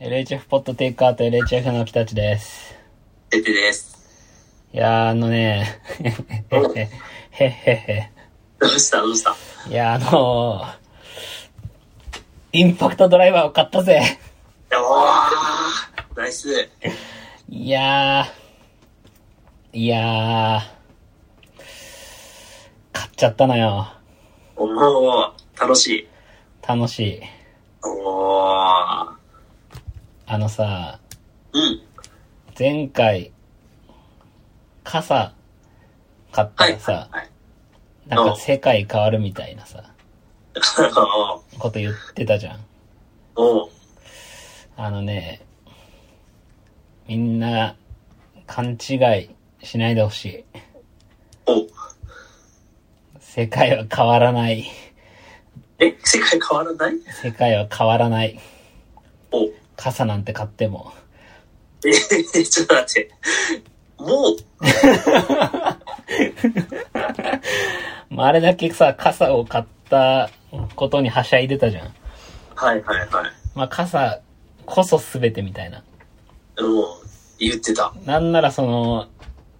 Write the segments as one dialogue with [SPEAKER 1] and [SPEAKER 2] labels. [SPEAKER 1] LHF ポットテイクアウト LHF の木たちです。
[SPEAKER 2] ててです。
[SPEAKER 1] いやー、あのね、へっへへっへ
[SPEAKER 2] どうしたどうした
[SPEAKER 1] へ。いやー、あのー、インパクトドライバーを買ったぜ。
[SPEAKER 2] おーナイス
[SPEAKER 1] いやー、いやー、買っちゃったのよ。
[SPEAKER 2] おー楽しい。
[SPEAKER 1] 楽しい。
[SPEAKER 2] おー
[SPEAKER 1] あのさ、
[SPEAKER 2] うん。
[SPEAKER 1] 前回、傘、買った
[SPEAKER 2] はい。
[SPEAKER 1] らさ、
[SPEAKER 2] はい。
[SPEAKER 1] なんか世界変わるみたいなさ、こと言ってたじゃん。
[SPEAKER 2] おー
[SPEAKER 1] あのね、みんな勘違いしないでほしい。
[SPEAKER 2] おー
[SPEAKER 1] 世界は変わらない。
[SPEAKER 2] え、世界変わらない
[SPEAKER 1] 世界は変わらない。
[SPEAKER 2] おー
[SPEAKER 1] 傘なんて買っても。
[SPEAKER 2] えー、ちょっと待って。も
[SPEAKER 1] まあ、あれだけさ、傘を買ったことにはしゃいでたじゃん。
[SPEAKER 2] う、はいはいはい。
[SPEAKER 1] まあ、傘こそ全てみたいな。
[SPEAKER 2] もう、言ってた。
[SPEAKER 1] なんならその、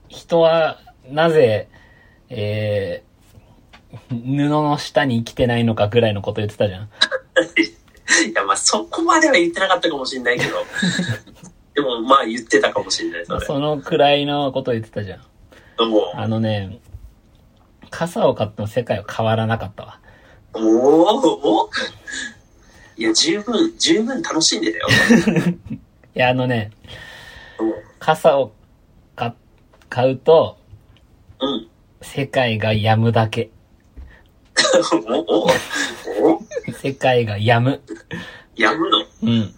[SPEAKER 1] 人はなぜ、えー、布の下に生きてないのかぐらいのこと言ってたじゃん。
[SPEAKER 2] いや、まあ、そこまでは言ってなかったかもしれないけど。 でも、まあ、言ってたかもしれない、それ。
[SPEAKER 1] そのくらいのこと言ってたじゃん。
[SPEAKER 2] も
[SPEAKER 1] あのね、傘を買っても世界は変わらなかったわ。
[SPEAKER 2] う、おーおいや、十分、十分楽しんでたよ。
[SPEAKER 1] いや、あのね、
[SPEAKER 2] おー
[SPEAKER 1] 傘をか買うと、
[SPEAKER 2] うん。
[SPEAKER 1] 世界が止むだけ。
[SPEAKER 2] おおお
[SPEAKER 1] 世界が止む。
[SPEAKER 2] やむの
[SPEAKER 1] うん。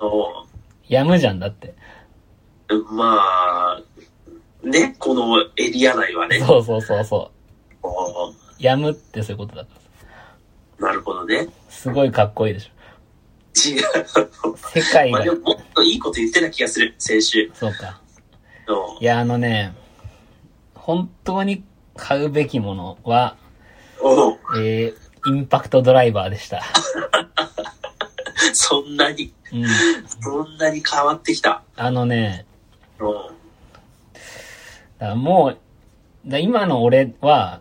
[SPEAKER 2] お
[SPEAKER 1] 止むじゃんだって。
[SPEAKER 2] まあ、ね、このエリア内はね。
[SPEAKER 1] そうそうそうそ
[SPEAKER 2] お
[SPEAKER 1] う。止むってそういうことだからさ
[SPEAKER 2] なるほどね。
[SPEAKER 1] すごいかっこいいでしょ。
[SPEAKER 2] 違う。
[SPEAKER 1] 世界
[SPEAKER 2] まあ
[SPEAKER 1] が
[SPEAKER 2] で、も、もっといいこと言ってた気がする、先週。
[SPEAKER 1] そうか。
[SPEAKER 2] お
[SPEAKER 1] いや、あのね、本当に買うべきものは、
[SPEAKER 2] お
[SPEAKER 1] えー、インパクトドライバーでした。
[SPEAKER 2] そんなに、
[SPEAKER 1] うん。
[SPEAKER 2] そんなに変わってきた。
[SPEAKER 1] あのね、
[SPEAKER 2] お
[SPEAKER 1] だからもう、だから今の俺は、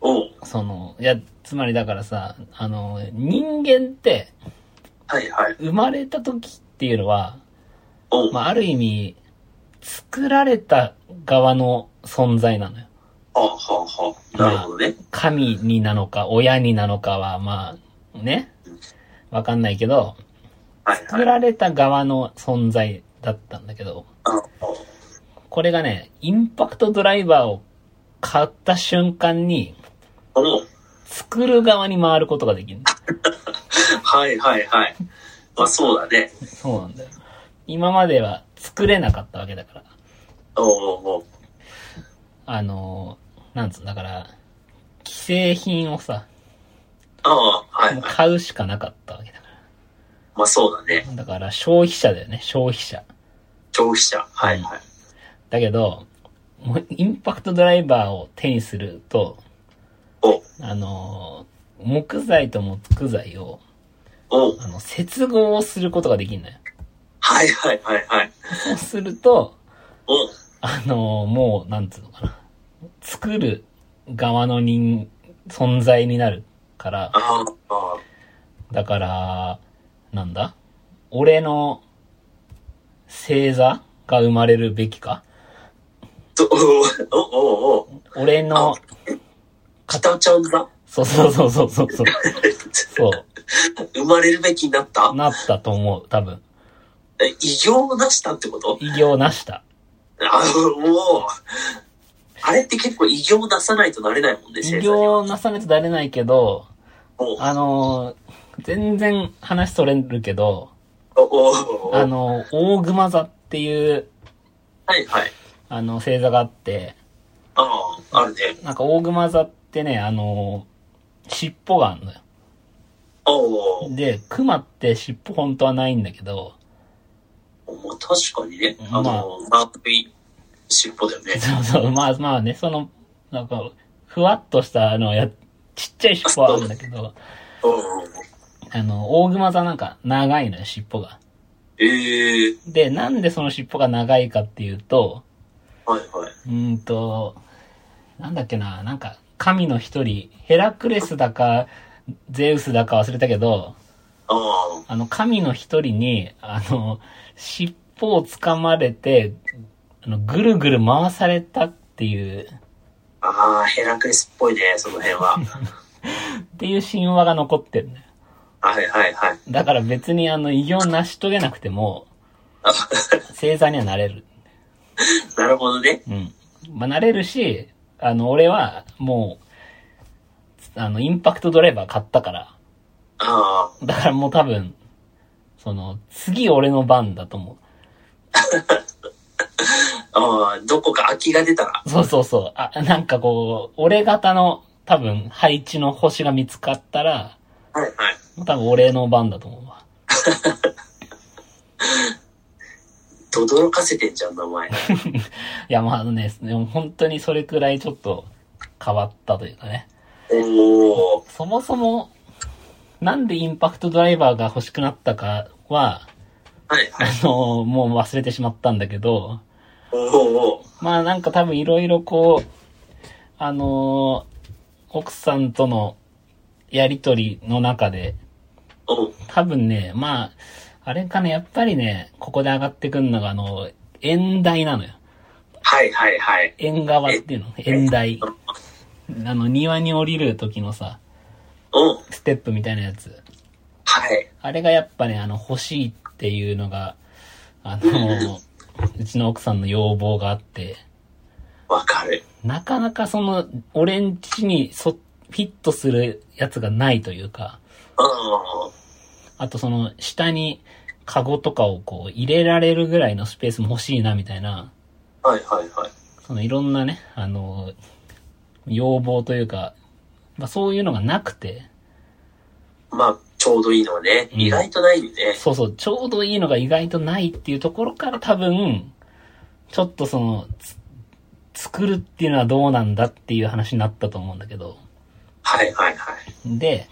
[SPEAKER 2] お
[SPEAKER 1] その、いや、つまりだからさ、あの、人間って
[SPEAKER 2] はいはい。
[SPEAKER 1] 生まれた時っていうのは、
[SPEAKER 2] お
[SPEAKER 1] まあ、ある意味、作られた側の存在なのよ。
[SPEAKER 2] あはあはあ。なるほどね。
[SPEAKER 1] 神になのか、親になのかは、まあ、ね。わかんないけど、
[SPEAKER 2] はい
[SPEAKER 1] 作
[SPEAKER 2] はい。
[SPEAKER 1] られた側の存在だったんだけど、
[SPEAKER 2] あ
[SPEAKER 1] これがね、インパクトドライバーを買った瞬間に、
[SPEAKER 2] おお
[SPEAKER 1] 作る側に回ることができるの。
[SPEAKER 2] はいはいはい。まあそうだね。
[SPEAKER 1] そうなんだよ。今までは作れなかったわけだから。
[SPEAKER 2] おお
[SPEAKER 1] あのー、なんつうんだから、既製品をさ、
[SPEAKER 2] ああ、はい
[SPEAKER 1] もう
[SPEAKER 2] はい。
[SPEAKER 1] 買うしかなかったわけだか
[SPEAKER 2] まあそうだね。
[SPEAKER 1] ら。だから消費者だよね、消費者。
[SPEAKER 2] 消費者。はいはい。
[SPEAKER 1] だけど、もうインパクトドライバーを手にすると、
[SPEAKER 2] お
[SPEAKER 1] あのー、木材と木材を、
[SPEAKER 2] お
[SPEAKER 1] あの、接合をすることができるのよ。
[SPEAKER 2] はいはいはいはい。
[SPEAKER 1] そうすると、
[SPEAKER 2] お
[SPEAKER 1] あのー、もう、なんつうのかな。作る側の人、存在になるから、
[SPEAKER 2] あーあー、
[SPEAKER 1] だから、なんだ俺の星座が生まれるべきか
[SPEAKER 2] と、おおおお
[SPEAKER 1] 俺の、
[SPEAKER 2] 片ちゃんだ。
[SPEAKER 1] そうそうそうそうそうそう。そう
[SPEAKER 2] 生まれるべきになった、
[SPEAKER 1] なったと思う、多分。
[SPEAKER 2] え偉業を成したってこと
[SPEAKER 1] 異業なした。
[SPEAKER 2] あーもう、あれって結構偉業を出さないとなれないもんね、
[SPEAKER 1] 異
[SPEAKER 2] 生産には。
[SPEAKER 1] 業なさないとだれないけど、
[SPEAKER 2] お
[SPEAKER 1] あのー全然話それるけど、
[SPEAKER 2] おお
[SPEAKER 1] あ
[SPEAKER 2] お
[SPEAKER 1] のー大熊座っていう、
[SPEAKER 2] はいはい。
[SPEAKER 1] あの、星座があって、
[SPEAKER 2] ああ、あるね。
[SPEAKER 1] なんか大熊座ってね、あのー尻尾があるのよ。
[SPEAKER 2] おお
[SPEAKER 1] で、熊って尻尾本当はないんだけど、
[SPEAKER 2] まあ確かにね。
[SPEAKER 1] まあ
[SPEAKER 2] あの、マークイ尻尾だよね。
[SPEAKER 1] そうそう、まあまあね、その、なんか、ふわっとした、あの、や、ちっちゃい尻尾はあるんだけど、
[SPEAKER 2] おお
[SPEAKER 1] あの、大熊座なんか長いのよ、尻尾が。
[SPEAKER 2] ええー。
[SPEAKER 1] で、なんでその尻尾が長いかっていうと、
[SPEAKER 2] はいはい。
[SPEAKER 1] うーんと、なんだっけな、なんか、神の一人、ヘラクレスだか、ゼウスだか忘れたけど、
[SPEAKER 2] ああ。
[SPEAKER 1] あの、神の一人に、あの、尻尾を掴まれて、あの、ぐるぐる回されたっていう、
[SPEAKER 2] ああ、ヘラクレスっぽいね、その 辺は。
[SPEAKER 1] っていう神話が残ってるのよ。
[SPEAKER 2] はいはいはい。
[SPEAKER 1] だから別にあの、偉業を成し遂げなくても、星座にはなれる。
[SPEAKER 2] なるほどね。
[SPEAKER 1] うん。まあ、なれるし、あの、俺は、もう、あの、インパクトドライバー買ったから、
[SPEAKER 2] ああ。
[SPEAKER 1] だからもう多分、その、次俺の番だと思
[SPEAKER 2] ああ、どこか空きが出たら。
[SPEAKER 1] う。そうそうそう。あ、なんかこう、俺型の、多分、配置の星が見つかったら、
[SPEAKER 2] はいはい。
[SPEAKER 1] もう多分俺の番だと思うわ。
[SPEAKER 2] とどろかせてんじゃん、名 前。
[SPEAKER 1] いや、まああのね、でも本当にそれくらいちょっと変わったというかね。
[SPEAKER 2] おお。
[SPEAKER 1] そもそも、なんでインパクトドライバーが欲しくなったかは、
[SPEAKER 2] はいはい。
[SPEAKER 1] あの、もう忘れてしまったんだけど、
[SPEAKER 2] おおー。
[SPEAKER 1] まあなんか多分いろいろこう、あの奥さんとのやりとりの中で、
[SPEAKER 2] おー
[SPEAKER 1] 多分ね、まあ、あれかね、やっぱりね、ここで上がってくるのが、あの、縁台なのよ。
[SPEAKER 2] はいはいはい。
[SPEAKER 1] 縁側っていうの、縁台。あの、庭に降りる時のさ、
[SPEAKER 2] うん。
[SPEAKER 1] ステップみたいなやつ。
[SPEAKER 2] はい。
[SPEAKER 1] あれがやっぱね、あの、欲しいっていうのが、あの、うちの奥さんの要望があって、
[SPEAKER 2] わかる。
[SPEAKER 1] なかなかその、俺んちにそ、フィットするやつがないというか、
[SPEAKER 2] うん。
[SPEAKER 1] あとその、下に、カゴとかをこう、入れられるぐらいのスペースも欲しいな、みたいな、
[SPEAKER 2] はいはいはい。
[SPEAKER 1] そのいろんなね、あの、要望というか、まあそういうのがなくて、
[SPEAKER 2] まあ、ちょうどいいのはね。
[SPEAKER 1] うん
[SPEAKER 2] 意外とないよね。
[SPEAKER 1] そうそう、ちょうどいいのが意外とないっていうところから多分、ちょっとその、つ作るっていうのはどうなんだっていう話になったと思うんだけど、
[SPEAKER 2] はいはいはい。
[SPEAKER 1] で、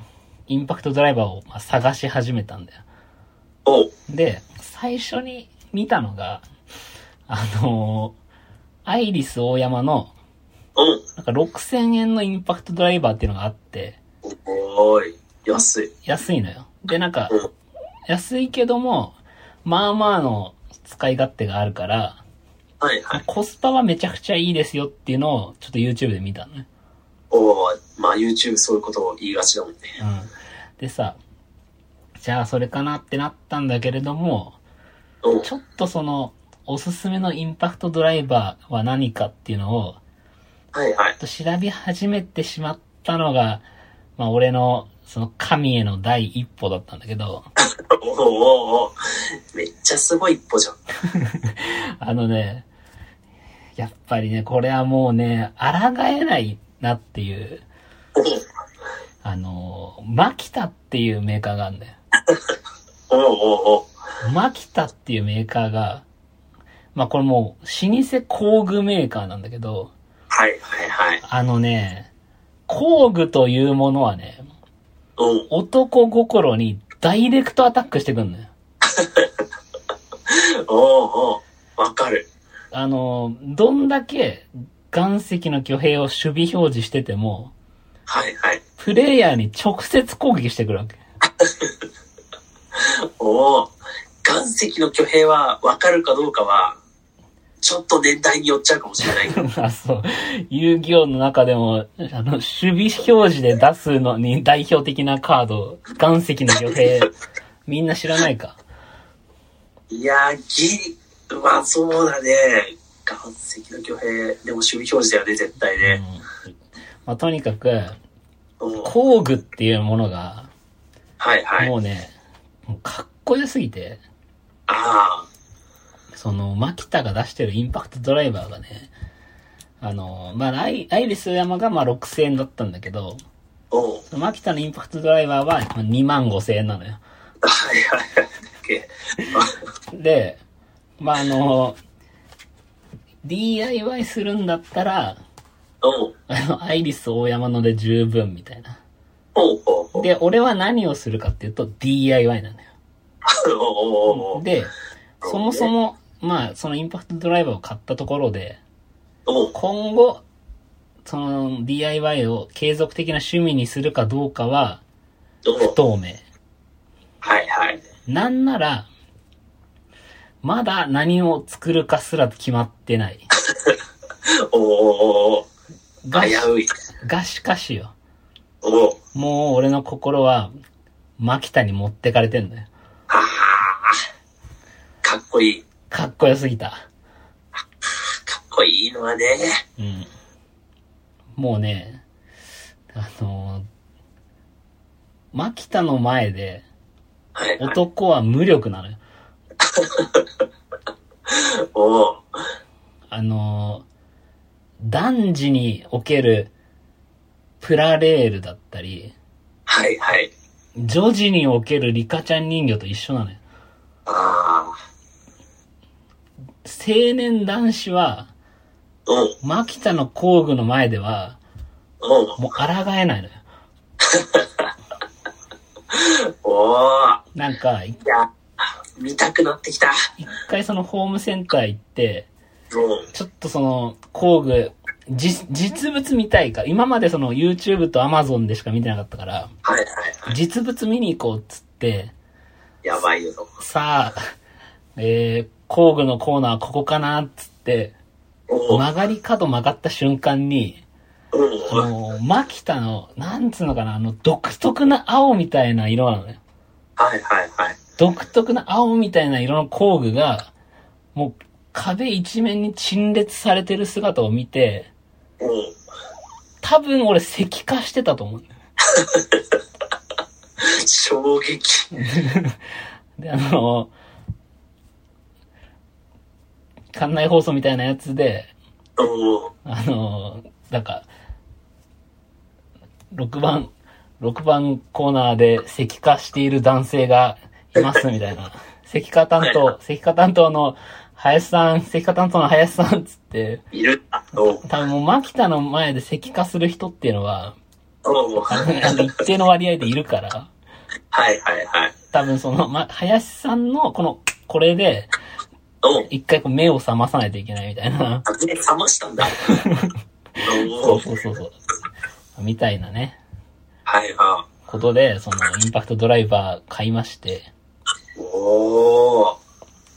[SPEAKER 1] インパクトドライバーをまあ探し始めたんだよ。
[SPEAKER 2] おう
[SPEAKER 1] で、最初に見たのが、あのアイリス大山の、
[SPEAKER 2] うん。
[SPEAKER 1] なんか6000円のインパクトドライバーっていうのがあって、
[SPEAKER 2] おーい。安い。
[SPEAKER 1] 安いのよ。で、なんか
[SPEAKER 2] うん、
[SPEAKER 1] 安いけども、まあまあの使い勝手があるから、
[SPEAKER 2] はいはい。
[SPEAKER 1] コスパはめちゃくちゃいいですよっていうのを、ちょっと YouTube で見たのね。
[SPEAKER 2] おお。まあ、YouTube そういうことを言いがちだもんね。
[SPEAKER 1] うん。でさ、じゃあそれかなってなったんだけれども、
[SPEAKER 2] うん。
[SPEAKER 1] ちょっとその、おすすめのインパクトドライバーは何かっていうのを、
[SPEAKER 2] はいはい。
[SPEAKER 1] ちょっと調べ始めてしまったのが、まあ俺の、その神への第一歩だったんだけど、
[SPEAKER 2] おーおーおーめっちゃすごい一歩じゃん。
[SPEAKER 1] あのね、やっぱりね、これはもうね、抗えないなっていう、あの、マキタっていうメーカーがあるんだよ。
[SPEAKER 2] おおおお
[SPEAKER 1] マキタっていうメーカーが、まあこれもう老舗工具メーカーなんだけど、
[SPEAKER 2] はいはいはい。
[SPEAKER 1] あのね、工具というものはね、
[SPEAKER 2] うん。
[SPEAKER 1] 男心にダイレクトアタックしてくんのよ。
[SPEAKER 2] おおおーわかる。
[SPEAKER 1] あの、どんだけ岩石の巨兵を守備表示してても、
[SPEAKER 2] はいはい。
[SPEAKER 1] プレイヤーに直接攻撃してくるわけ。
[SPEAKER 2] おお岩石の巨兵はわかるかどうかは、ちょっと年代によっちゃうかもしれないけど。
[SPEAKER 1] あ、そう。遊戯王の中でも、あの、守備表示で出すのに代表的なカード、岩石の魚兵、みんな知らないか。
[SPEAKER 2] いやー、ギリ、まあそうだね。岩石の巨兵、でも守備表示だよね、絶対ね。
[SPEAKER 1] うんまあ、とにかく、
[SPEAKER 2] うん、は
[SPEAKER 1] 工具っていうものが、
[SPEAKER 2] いはい。
[SPEAKER 1] もうね、もうかっこよすぎて、
[SPEAKER 2] あ
[SPEAKER 1] その、マキタが出してるインパクトドライバーがね、あの、まあ、アイアイリス山がまあ6000円だったんだけど、
[SPEAKER 2] あ、おう
[SPEAKER 1] マキタのインパクトドライバーはまあ2万5000円なのよ。
[SPEAKER 2] はいはいはい。け
[SPEAKER 1] で、まあ、あの、DIY するんだったら、
[SPEAKER 2] おう
[SPEAKER 1] あの、アイリス大山ので十分みたいな。
[SPEAKER 2] おうおうおう
[SPEAKER 1] で、俺は何をするかっていうと DIY なのよ。
[SPEAKER 2] おー
[SPEAKER 1] で、そもそも、まあ、そのインパクトドライバーを買ったところで、
[SPEAKER 2] おー
[SPEAKER 1] 今後、その DIY を継続的な趣味にするかどうかは
[SPEAKER 2] お
[SPEAKER 1] 不
[SPEAKER 2] ー
[SPEAKER 1] 透明。
[SPEAKER 2] はいはい。
[SPEAKER 1] なんなら、まだ何を作るかすら決まってない。
[SPEAKER 2] おー
[SPEAKER 1] がし
[SPEAKER 2] 危、うい。
[SPEAKER 1] がしかしよ。
[SPEAKER 2] おー
[SPEAKER 1] もう俺の心は、牧田に持ってかれてんだよ。
[SPEAKER 2] あーかっこいい。
[SPEAKER 1] かっこよすぎた。
[SPEAKER 2] かっこいいのはね。
[SPEAKER 1] うん。もうね、あのー、牧田の前で
[SPEAKER 2] はい、はい。
[SPEAKER 1] 男は無力なのよ。
[SPEAKER 2] おー
[SPEAKER 1] あのー、男児におけるプラレールだったり、
[SPEAKER 2] はいはい。
[SPEAKER 1] 女児におけるリカちゃん人形と一緒なのよ。
[SPEAKER 2] ああ。
[SPEAKER 1] 青年男子は、
[SPEAKER 2] おー
[SPEAKER 1] 牧田の工具の前では、
[SPEAKER 2] おー
[SPEAKER 1] もう抗えないのよ。
[SPEAKER 2] おー
[SPEAKER 1] なんか、一
[SPEAKER 2] いや、見たくなってきた。
[SPEAKER 1] 回そのホームセンター行って、
[SPEAKER 2] うん。
[SPEAKER 1] ちょっとその工具、じ実物見たいから、今までその YouTube と Amazon でしか見てなかったから、
[SPEAKER 2] はいはいはい。
[SPEAKER 1] 実物見に行こうっつって、
[SPEAKER 2] やばいよ。
[SPEAKER 1] さあ、えー、工具のコーナーここかなっつって、
[SPEAKER 2] おー
[SPEAKER 1] 曲がり角曲がった瞬間に、あ
[SPEAKER 2] うん。
[SPEAKER 1] の、マキタの、なんつうのかな、あの、独特な青みたいな色なのね。
[SPEAKER 2] はいはいはい。
[SPEAKER 1] 独特な青みたいな色の工具が、もう壁一面に陳列されてる姿を見て、
[SPEAKER 2] うん。
[SPEAKER 1] 多分俺石化してたと思う。
[SPEAKER 2] 衝撃。
[SPEAKER 1] で、あの、館内放送みたいなやつで、
[SPEAKER 2] うん。
[SPEAKER 1] あの、なんか、6番、6番コーナーで石化している男性がいますみたいな。石化担当、石化担当の林さん、石化担当の林さんっつって、
[SPEAKER 2] いるんだ。うん。
[SPEAKER 1] 多分もう牧田の前で石化する人っていうのは、
[SPEAKER 2] うん。
[SPEAKER 1] あのあの一定の割合でいるから、
[SPEAKER 2] はいはいはい。
[SPEAKER 1] 多分その、ま、林さんのこの、これで、
[SPEAKER 2] うん。
[SPEAKER 1] 一回こう目を覚まさないといけないみたいな。
[SPEAKER 2] あ、目覚ましたんだ。
[SPEAKER 1] そ
[SPEAKER 2] お
[SPEAKER 1] う
[SPEAKER 2] ー
[SPEAKER 1] そうそうそう。みたいなね、
[SPEAKER 2] はいは
[SPEAKER 1] ことで、その、インパクトドライバー買いまして。
[SPEAKER 2] い。お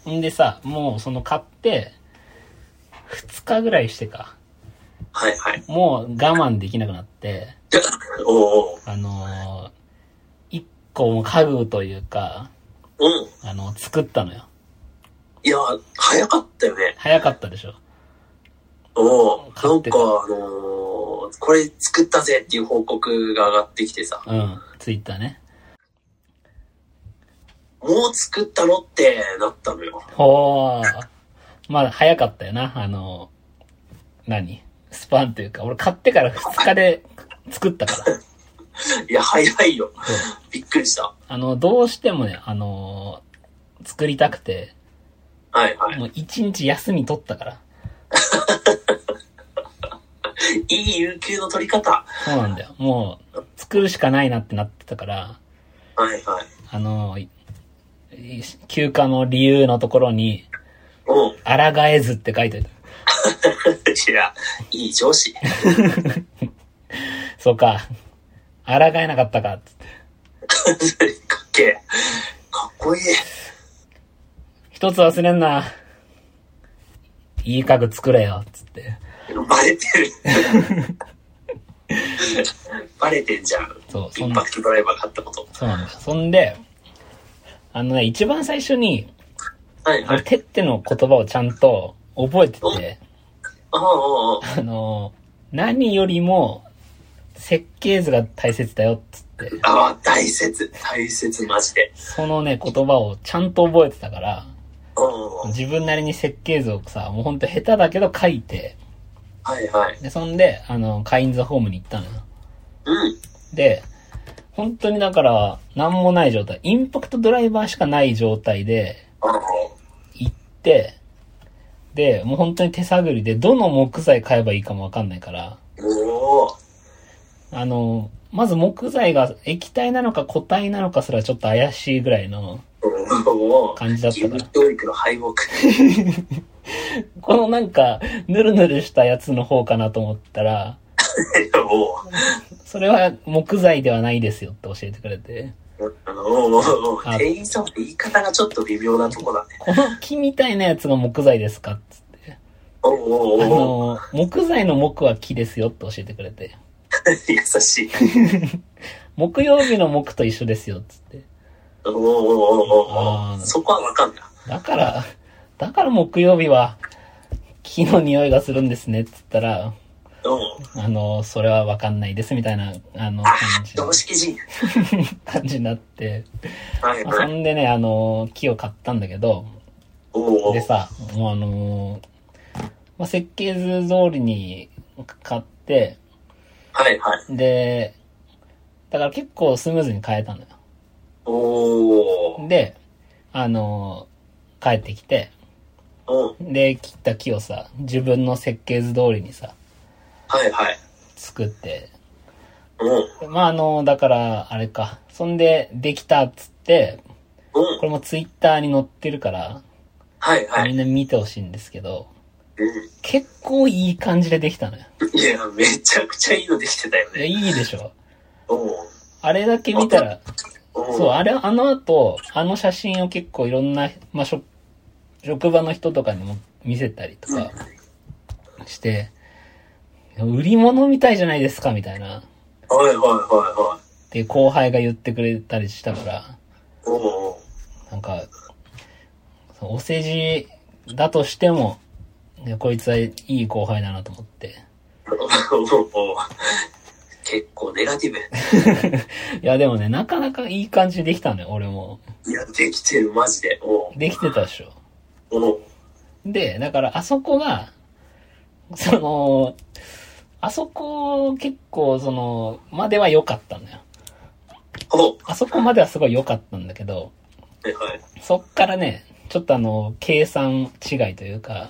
[SPEAKER 2] ー
[SPEAKER 1] んでさ、もうその買って、二日ぐらいしてか。
[SPEAKER 2] はいはい。
[SPEAKER 1] もう我慢できなくなって、
[SPEAKER 2] おー
[SPEAKER 1] あのー一個もう家具というか、
[SPEAKER 2] うん。
[SPEAKER 1] あの、作ったのよ。
[SPEAKER 2] いや、早かったよね。
[SPEAKER 1] 早かったでしょ。
[SPEAKER 2] おー
[SPEAKER 1] 買
[SPEAKER 2] な
[SPEAKER 1] っ
[SPEAKER 2] ん
[SPEAKER 1] て
[SPEAKER 2] か、
[SPEAKER 1] た
[SPEAKER 2] あのー、これ作ったぜっていう報告が上がってきてさ、
[SPEAKER 1] うん、ツイッターね。
[SPEAKER 2] もう作ったのってなったのよ。
[SPEAKER 1] ほー。まあ、早かったよな。あの、何スパンというか、俺買ってから2日で作ったから。
[SPEAKER 2] いや、早いよ。
[SPEAKER 1] そう
[SPEAKER 2] びっくりした。
[SPEAKER 1] あの、どうしてもね、あの作りたくて、
[SPEAKER 2] はいはい。
[SPEAKER 1] もう1日休み取ったから。
[SPEAKER 2] いい有給の取り方。は
[SPEAKER 1] そうなんだよ。もう、作るしかないなってなってたから、
[SPEAKER 2] いはい。
[SPEAKER 1] あのいい休暇の理由のところに、
[SPEAKER 2] うん。
[SPEAKER 1] 抗えずって書いてた。
[SPEAKER 2] いや、いい上司。
[SPEAKER 1] そうか。抗えなかったか、つって。
[SPEAKER 2] かっけえ。かっこいい。
[SPEAKER 1] 一つ忘れんな。いい家具作れよ、つって。
[SPEAKER 2] バレて る。バレてんじゃん。
[SPEAKER 1] そう、そ
[SPEAKER 2] イ
[SPEAKER 1] ん
[SPEAKER 2] ン
[SPEAKER 1] な
[SPEAKER 2] パ、クトドライバー買ったこと。
[SPEAKER 1] そうなんだよ。そんで、あのね、一番最初に、
[SPEAKER 2] はいは
[SPEAKER 1] 俺、
[SPEAKER 2] い。
[SPEAKER 1] てっての言葉をちゃんと覚えてて、
[SPEAKER 2] ああ、ああ
[SPEAKER 1] あの、何よりも、設計図が大切だよ、つって。
[SPEAKER 2] ああ、大切。大切、マジで。
[SPEAKER 1] そのね、言葉をちゃんと覚えてたから、
[SPEAKER 2] うん。
[SPEAKER 1] 自分なりに設計図をさ、もうほんと下手だけど書いて、
[SPEAKER 2] はいはい。
[SPEAKER 1] で、そんで、あの、カインズホームに行ったのよ。
[SPEAKER 2] うん。
[SPEAKER 1] で、本当にだから、なんもない状態。インパクトドライバーしかない状態で、
[SPEAKER 2] ああ、
[SPEAKER 1] 行って、で、もう本当に手探りで、どの木材買えばいいかもわかんないから、
[SPEAKER 2] おお。
[SPEAKER 1] あの、まず木材が液体なのか固体なのかすらちょっと怪しいぐらいの、
[SPEAKER 2] うを、
[SPEAKER 1] 感じだっ
[SPEAKER 2] 義
[SPEAKER 1] たか
[SPEAKER 2] 務
[SPEAKER 1] ら。
[SPEAKER 2] 教育の敗北。
[SPEAKER 1] このなんか、ぬるぬるしたやつの方かなと思ったら、
[SPEAKER 2] も
[SPEAKER 1] それは木材ではないですよって教えてくれて、
[SPEAKER 2] う、あの、
[SPEAKER 1] あ
[SPEAKER 2] 店員さんの言い方がちょっと微妙なとこだね。
[SPEAKER 1] この木みたいなやつが木材ですかっつって。
[SPEAKER 2] おうおう
[SPEAKER 1] あ
[SPEAKER 2] おう
[SPEAKER 1] の、木材の木は木ですよって教えてくれて。
[SPEAKER 2] 優しい。
[SPEAKER 1] 木曜日の木と一緒ですよっつって。
[SPEAKER 2] おうおうおうおう
[SPEAKER 1] あ
[SPEAKER 2] おう
[SPEAKER 1] ー
[SPEAKER 2] そこはわかんない。
[SPEAKER 1] だから、だから木曜日は木の匂いがするんですねっつったら、
[SPEAKER 2] おう
[SPEAKER 1] あの、それはわかんないですみたいな、あの、
[SPEAKER 2] あ
[SPEAKER 1] 感じ
[SPEAKER 2] 常識人。
[SPEAKER 1] 感じになって。
[SPEAKER 2] はい
[SPEAKER 1] まあそ
[SPEAKER 2] はい。
[SPEAKER 1] んでね、あの、木を買ったんだけど、
[SPEAKER 2] おうおう
[SPEAKER 1] でさ、もうあのーまあ、設計図通りに買って、
[SPEAKER 2] はいはい。
[SPEAKER 1] で、だから結構スムーズに変えたのよ。
[SPEAKER 2] おー
[SPEAKER 1] で、あのー帰ってきて、
[SPEAKER 2] おう
[SPEAKER 1] で、切った木をさ、自分の設計図通りにさ、
[SPEAKER 2] はいはい。
[SPEAKER 1] 作って、
[SPEAKER 2] おう
[SPEAKER 1] まあ、あのーだから、あれか。そんで、できたっつって、
[SPEAKER 2] おう
[SPEAKER 1] これもツイッターに載ってるから、
[SPEAKER 2] はいは
[SPEAKER 1] み
[SPEAKER 2] い。
[SPEAKER 1] んな見てほしいんですけど、
[SPEAKER 2] う
[SPEAKER 1] 結構いい感じでできたのよ。
[SPEAKER 2] んいや、めちゃくちゃいいのできてたよ
[SPEAKER 1] いや
[SPEAKER 2] ね。
[SPEAKER 1] いいでしょ。
[SPEAKER 2] おう
[SPEAKER 1] あれだけ見たら、
[SPEAKER 2] お
[SPEAKER 1] そう、
[SPEAKER 2] う
[SPEAKER 1] あれ、あの後、あの写真を結構いろんな、まあ、しょ職場の人とかにも見せたりとかして、売り物みたいじゃないですか、みたいな。っ
[SPEAKER 2] はいはいはいはい。
[SPEAKER 1] て後輩が言ってくれたりしたから、
[SPEAKER 2] おうおう
[SPEAKER 1] なんか、そうお世辞だとしても、いやこいつはいい後輩だなと思って。
[SPEAKER 2] 結構ネガティブ。
[SPEAKER 1] いや、でもね、なかなかいい感じにできたのよ、俺も。
[SPEAKER 2] いや、できてる、マジで。おう
[SPEAKER 1] できてたでしょ。
[SPEAKER 2] おう
[SPEAKER 1] で、だからあそこが、その、あそこ結構その、までは良かったんだよ。
[SPEAKER 2] おう
[SPEAKER 1] あそこまではすごい良かったんだけど、
[SPEAKER 2] はいはい。
[SPEAKER 1] そっからね、ちょっとあの、計算違いというか、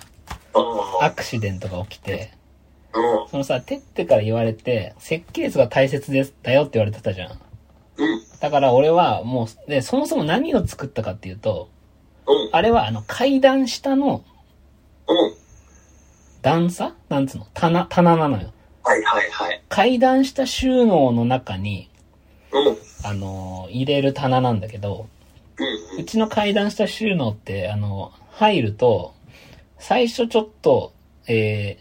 [SPEAKER 2] おう
[SPEAKER 1] アクシデントが起きて、
[SPEAKER 2] おう
[SPEAKER 1] そのさ、てってから言われて、設計図が大切です、だよって言われてたじゃん。
[SPEAKER 2] うん。
[SPEAKER 1] だから俺はもう、で、そもそも何を作ったかっていうと、
[SPEAKER 2] うん。
[SPEAKER 1] あれはあの、階段下の
[SPEAKER 2] うん。
[SPEAKER 1] 段差なんつうの棚、棚なのよ。
[SPEAKER 2] はいはいはい。
[SPEAKER 1] 階段下収納の中に、
[SPEAKER 2] うん。うん。
[SPEAKER 1] あの、入れる棚なんだけど、
[SPEAKER 2] う。
[SPEAKER 1] うんちの階段下収納って、あの、入ると、最初ちょっと、え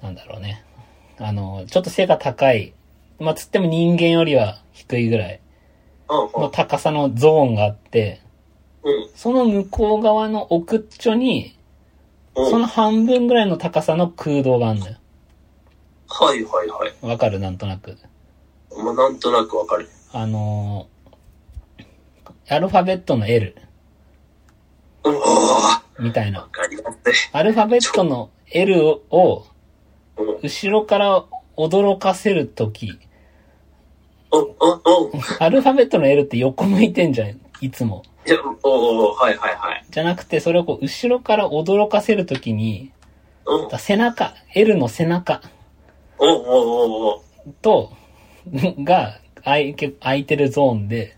[SPEAKER 1] ー、なんだろうね。あの、ちょっと背が高い。まあ、つっても人間よりは低いぐらい
[SPEAKER 2] うん。
[SPEAKER 1] の高さのゾーンがあって、
[SPEAKER 2] うん。
[SPEAKER 1] その向こう側の奥っちょに、
[SPEAKER 2] うん。
[SPEAKER 1] その半分ぐらいの高さの空洞があるのよ。
[SPEAKER 2] はいはいはい。
[SPEAKER 1] わかるなんとなく。
[SPEAKER 2] まあ、なんとなくわかる。
[SPEAKER 1] あのーアルファベットの L
[SPEAKER 2] うん。おわ
[SPEAKER 1] みたいな。
[SPEAKER 2] かりますね。
[SPEAKER 1] アルファベットの L を
[SPEAKER 2] うん。うん。
[SPEAKER 1] 後ろから驚かせるとき、
[SPEAKER 2] うん。うん。
[SPEAKER 1] アルファベットの L って横向いてんじゃん、いつも。
[SPEAKER 2] いや、おうおうはいはいはい。
[SPEAKER 1] じゃなくて、それをこう後ろから驚かせるときに、
[SPEAKER 2] うん。おう
[SPEAKER 1] 背中、L の背中
[SPEAKER 2] おうおうおう
[SPEAKER 1] と、が空い空いてるゾーンで、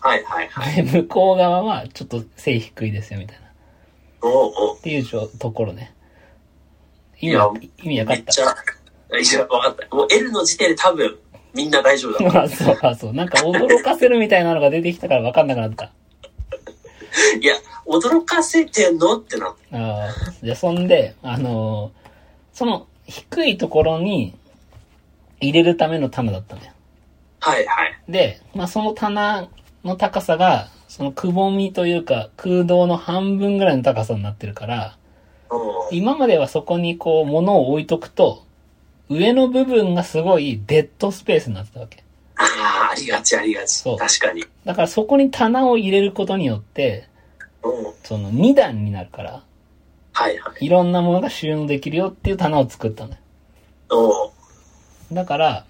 [SPEAKER 2] はいはいはい。
[SPEAKER 1] で向こう側はちょっと背低いですよ、みたいな。っ
[SPEAKER 2] おうおう
[SPEAKER 1] ていうじょところね。意
[SPEAKER 2] い
[SPEAKER 1] 味
[SPEAKER 2] や
[SPEAKER 1] わ、意味わか
[SPEAKER 2] め
[SPEAKER 1] っ
[SPEAKER 2] っちゃ、いや、わかった。もう L の時点で多分、みんな 大丈夫だ
[SPEAKER 1] た。 あ、そう、あ、そう。なんか驚かせるみたいなのが出てきたからわかんなくなった。
[SPEAKER 2] いや、驚かせてんのってなって。
[SPEAKER 1] ああ、で、そんで、あのーその低いところに入れるための棚だったのよ。
[SPEAKER 2] はいはい。
[SPEAKER 1] で、まあ、その棚の高さが、そのくぼみというか空洞の半分ぐらいの高さになってるから、
[SPEAKER 2] うん。
[SPEAKER 1] 今まではそこにこう物を置いとくと、上の部分がすごいデッドスペースになってたわけ。
[SPEAKER 2] ああ、ありがちありがち。
[SPEAKER 1] そう
[SPEAKER 2] 確かに。
[SPEAKER 1] だからそこに棚を入れることによって、
[SPEAKER 2] うん。
[SPEAKER 1] その2段になるから、
[SPEAKER 2] はいはい。
[SPEAKER 1] いろんなものが収納できるよっていう棚を作ったのよ。
[SPEAKER 2] うん。
[SPEAKER 1] だから、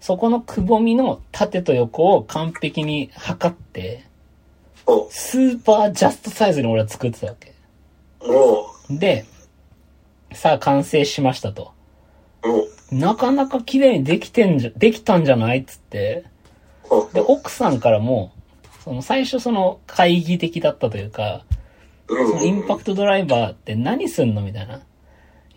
[SPEAKER 1] そこのくぼみの縦と横を完璧に測って、
[SPEAKER 2] おう
[SPEAKER 1] スーパージャストサイズに俺は作ってたわけ。
[SPEAKER 2] おう
[SPEAKER 1] で、さあ完成しましたと。
[SPEAKER 2] おう
[SPEAKER 1] なかなか綺麗にできてんじゃ、できたんじゃないっつって。
[SPEAKER 2] おう
[SPEAKER 1] で、奥さんからも、その最初その会議的だったというか、
[SPEAKER 2] うん
[SPEAKER 1] そのインパクトドライバーって何すんのみたいな。い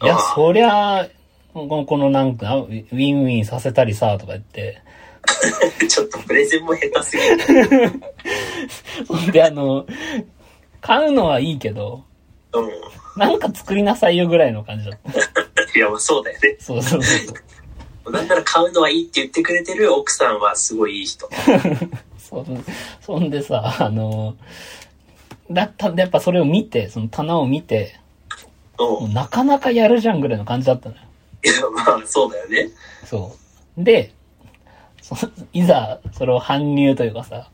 [SPEAKER 1] や、そりゃあ、このこのなんか、ウィンウィンさせたりさ、とか言って。
[SPEAKER 2] ちょっとプレゼンも下手すぎる。
[SPEAKER 1] そ んで、あの、買うのはいいけど、
[SPEAKER 2] うん。
[SPEAKER 1] なんか作りなさいよぐらいの感じだった。
[SPEAKER 2] いや、まあそうだよね。
[SPEAKER 1] そうそうそうそう。
[SPEAKER 2] なんなら買うのはいいって言ってくれてる奥さんはすごいいい人。
[SPEAKER 1] そんそんでさ、あの、だったんでやっぱそれを見て、その棚を見て、
[SPEAKER 2] う
[SPEAKER 1] も
[SPEAKER 2] ん。
[SPEAKER 1] うなかなかやるじゃんぐらいの感じだったのよ。
[SPEAKER 2] いや、まあそうだよね。
[SPEAKER 1] そう。で、そいざ、それを搬入というかさ、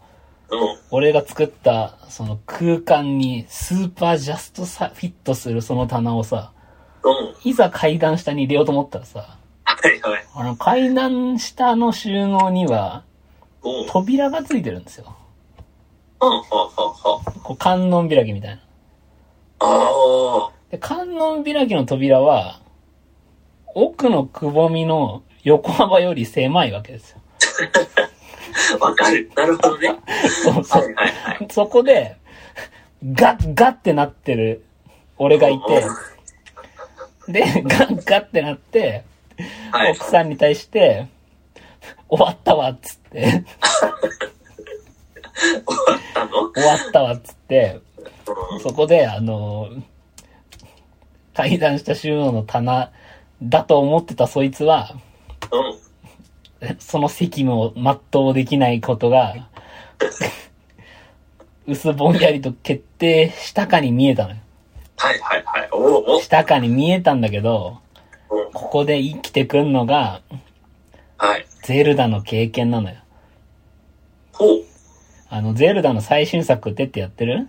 [SPEAKER 2] うん。
[SPEAKER 1] 俺が作った、その空間にスーパージャストさフィットするその棚をさ、
[SPEAKER 2] うん。
[SPEAKER 1] いざ階段下に入れようと思ったらさ、
[SPEAKER 2] はいはい。
[SPEAKER 1] あの階段下の収納には
[SPEAKER 2] うん。うん。は
[SPEAKER 1] 扉がついてるんですよ。
[SPEAKER 2] あはあは
[SPEAKER 1] こう観音開きみたいな。
[SPEAKER 2] あ。あ
[SPEAKER 1] で、観音開きの扉は、奥のくぼみの横幅より狭いわけですよ。
[SPEAKER 2] あ。わかる。なるほどね。は
[SPEAKER 1] そうそう
[SPEAKER 2] いはいはい。
[SPEAKER 1] そこで、ガッガッってなってる俺がいて、で、ガッガッってなって、
[SPEAKER 2] はい
[SPEAKER 1] 奥。さんに対して、終わったわっつって、
[SPEAKER 2] 終わったのうん。
[SPEAKER 1] 終わったわっつって、そこで、あの、階段した収納の棚だと思ってたそいつは、
[SPEAKER 2] うん。
[SPEAKER 1] その責務を全うできないことが、薄ぼんやりと決定したかに見えたのよ。
[SPEAKER 2] はいはいはい。おおお
[SPEAKER 1] したかに見えたんだけど、
[SPEAKER 2] うん。
[SPEAKER 1] ここで生きてくんのが、
[SPEAKER 2] はい。
[SPEAKER 1] ゼルダの経験なのよ。
[SPEAKER 2] ほう。
[SPEAKER 1] あの、ゼルダの最新作ってってやってる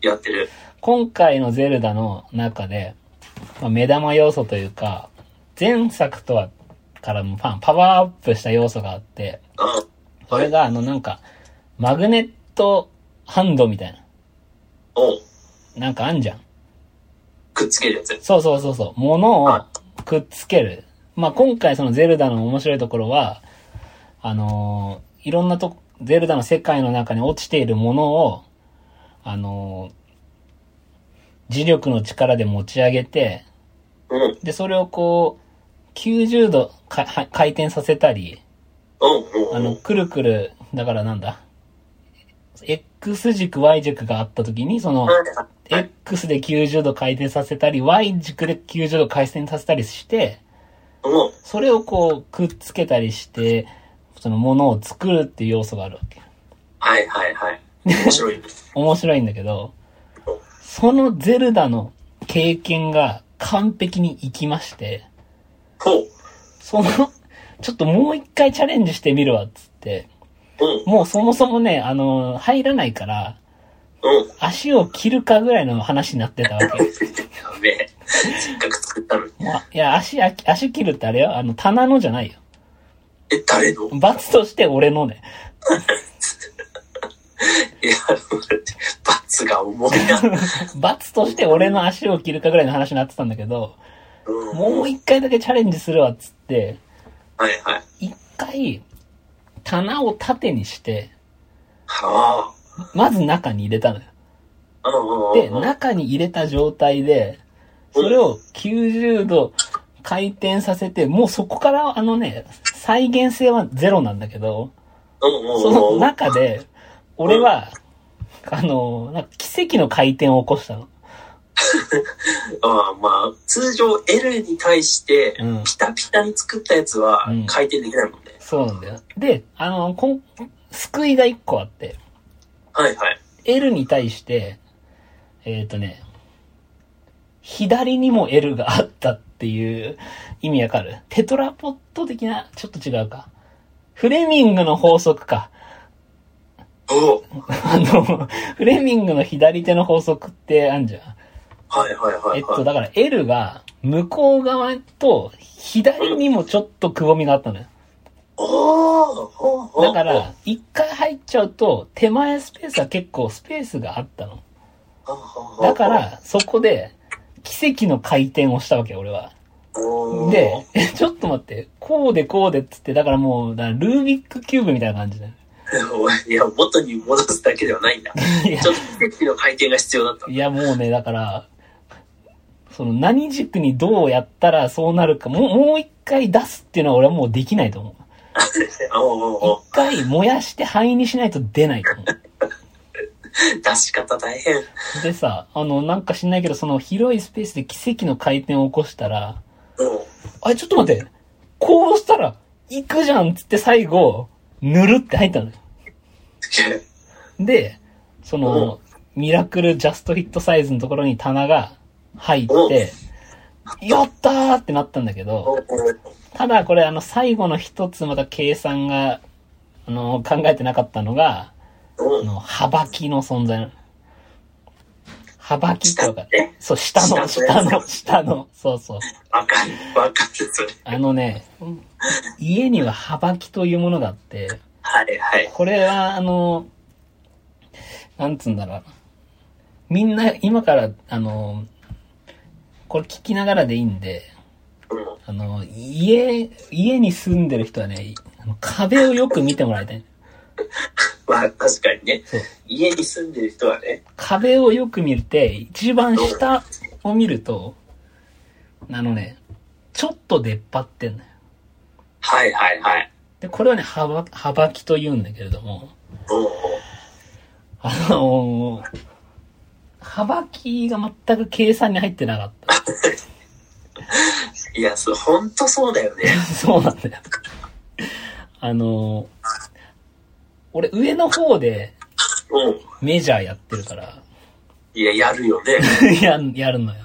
[SPEAKER 2] やってる。
[SPEAKER 1] 今回のゼルダの中で、まあ目玉要素というか、前作とは、からもパン、パワーアップした要素があって、
[SPEAKER 2] うん。
[SPEAKER 1] そ
[SPEAKER 2] は
[SPEAKER 1] れ
[SPEAKER 2] い。
[SPEAKER 1] があのなんか、マグネットハンドみたいな、
[SPEAKER 2] おう
[SPEAKER 1] なんかあんじゃん。
[SPEAKER 2] くっつけるやつ。
[SPEAKER 1] そうそうそうそう。物を
[SPEAKER 2] は
[SPEAKER 1] くっつける。まあ、今回そのゼルダの面白いところは、あのーいろんなとこ、ゼルダの世界の中に落ちているものを、あのー磁力の力で持ち上げて、
[SPEAKER 2] うん。うん
[SPEAKER 1] で、それをこう、90度かは回転させたり、
[SPEAKER 2] うん。
[SPEAKER 1] あの、、くるくる、だからなんだ、X 軸、Y 軸があった時に、その、
[SPEAKER 2] はいはい。
[SPEAKER 1] X で90度回転させたり、Y 軸で90度回転させたりして、
[SPEAKER 2] うん。
[SPEAKER 1] それをこうくっつけたりして、そのものを作るっていう要素があるわけ。
[SPEAKER 2] はいはいはい。面白い。
[SPEAKER 1] 面白いんだけど、そのゼルダの経験が完璧にいきまして、
[SPEAKER 2] ほう。
[SPEAKER 1] その、 ちょっともう一回チャレンジしてみるわっつって、
[SPEAKER 2] うん。
[SPEAKER 1] もうそもそもね、あの、入らないから、
[SPEAKER 2] うん。
[SPEAKER 1] 足を切るかぐらいの話になってたわ け。
[SPEAKER 2] やべえ。せっかく作ったのに。
[SPEAKER 1] もういや、足、足切るってあれよ、あの、棚のじゃないよ。
[SPEAKER 2] え、誰の
[SPEAKER 1] 罰として俺のね。
[SPEAKER 2] いや、罰が重い な。
[SPEAKER 1] 罰として俺の足を切るかぐらいの話になってたんだけど、
[SPEAKER 2] うん。
[SPEAKER 1] もう一回だけチャレンジするわっつって、
[SPEAKER 2] はいはい。
[SPEAKER 1] 一回、棚を縦にして、
[SPEAKER 2] は
[SPEAKER 1] まず中に入れたのよ。
[SPEAKER 2] あ。うん
[SPEAKER 1] で、
[SPEAKER 2] うんうん。
[SPEAKER 1] 中に入れた状態で、それを90度回転させて、もうそこからあのね、再現性はゼロなんだけど、
[SPEAKER 2] うんうんうん。
[SPEAKER 1] その中で、俺は、あの、なんか奇跡の回転を起こしたの。
[SPEAKER 2] ああまあ、通常 L に対して
[SPEAKER 1] うん、
[SPEAKER 2] ピタピタに作ったやつは
[SPEAKER 1] うん
[SPEAKER 2] 回転できないもんね。
[SPEAKER 1] そうなんだよ。で、あの、こん救いが一個あって、
[SPEAKER 2] はいはい。
[SPEAKER 1] L に対して、えっ、とね、左にも L があったっていう意味わかるテトラポット的な、ちょっと違うか。フレミングの法則か。
[SPEAKER 2] おう
[SPEAKER 1] あの、フレミングの左手の法則ってあんじゃん。
[SPEAKER 2] はいはいは
[SPEAKER 1] えっ
[SPEAKER 2] い
[SPEAKER 1] と、
[SPEAKER 2] は
[SPEAKER 1] だから L が向こう側と左にもちょっとくぼみがあったのよ。
[SPEAKER 2] い。おーほうほう
[SPEAKER 1] だから、一回入っちゃうと手前スペースは結構スペースがあったの。
[SPEAKER 2] ほうほうほう
[SPEAKER 1] だか、ら、そこで、奇跡の回転をしたわけ、俺は。
[SPEAKER 2] おー
[SPEAKER 1] で、えちょっと待って、こうでこうでっつって、だからもう、だからルービックキューブみたいな感じだよ。
[SPEAKER 2] いや、元に戻すだけではないんだ。
[SPEAKER 1] いや
[SPEAKER 2] ちょっと奇跡の回転が必要だった。
[SPEAKER 1] いや、もうね、だから、その何軸にどうやったらそうなるか、もう、もう一回出すっていうのは俺はもうできないと思う。
[SPEAKER 2] あおうおうおう
[SPEAKER 1] 一回燃やして灰にしないと出ないと思う。
[SPEAKER 2] 出し方大変。
[SPEAKER 1] でさ、あの、なんか知んないけど、その広いスペースで奇跡の回転を起こしたら、
[SPEAKER 2] うん。
[SPEAKER 1] あれ、ちょっと待って、こうしたら、行くじゃんっつって最後、ぬるって入ったのよ。で、その、ミラクルジャストヒットサイズのところに棚が入って、やったーってなったんだけど、
[SPEAKER 2] おうおう
[SPEAKER 1] ただこれあの最後の一つまた計算が、あの、考えてなかったのが、
[SPEAKER 2] お
[SPEAKER 1] あ
[SPEAKER 2] う
[SPEAKER 1] の、幅木の存在なの。幅木ってわかる
[SPEAKER 2] 下ね
[SPEAKER 1] そう、下の、下
[SPEAKER 2] 下のや
[SPEAKER 1] の、下の、そうそう。
[SPEAKER 2] わかる、わかる、それ。
[SPEAKER 1] あのね、家には幅木というものがあって、
[SPEAKER 2] はいはい。
[SPEAKER 1] これはあの、なんつうんだろうな。みんな今から、あの、これ聞きながらでいいんで、
[SPEAKER 2] うん。
[SPEAKER 1] あの、家、家に住んでる人はね、あの壁をよく見てもらいたい。
[SPEAKER 2] まあ、確かにね
[SPEAKER 1] そう。
[SPEAKER 2] 家に住んでる人はね、
[SPEAKER 1] 壁をよく見て、一番下を見ると、あのね、ちょっと出っ張ってんのよ。
[SPEAKER 2] はいはいはい。
[SPEAKER 1] で、これはね、幅、幅木と言うんだけれども、
[SPEAKER 2] おう
[SPEAKER 1] あのー、幅木が全く計算に入ってなかっ
[SPEAKER 2] おういや、そう、ほんとそうだよね。
[SPEAKER 1] た。 そうなんだよ。あのー、俺上の方で
[SPEAKER 2] うん。
[SPEAKER 1] メジャーやってるから、
[SPEAKER 2] いや、やるよね。
[SPEAKER 1] やん、やるのよ。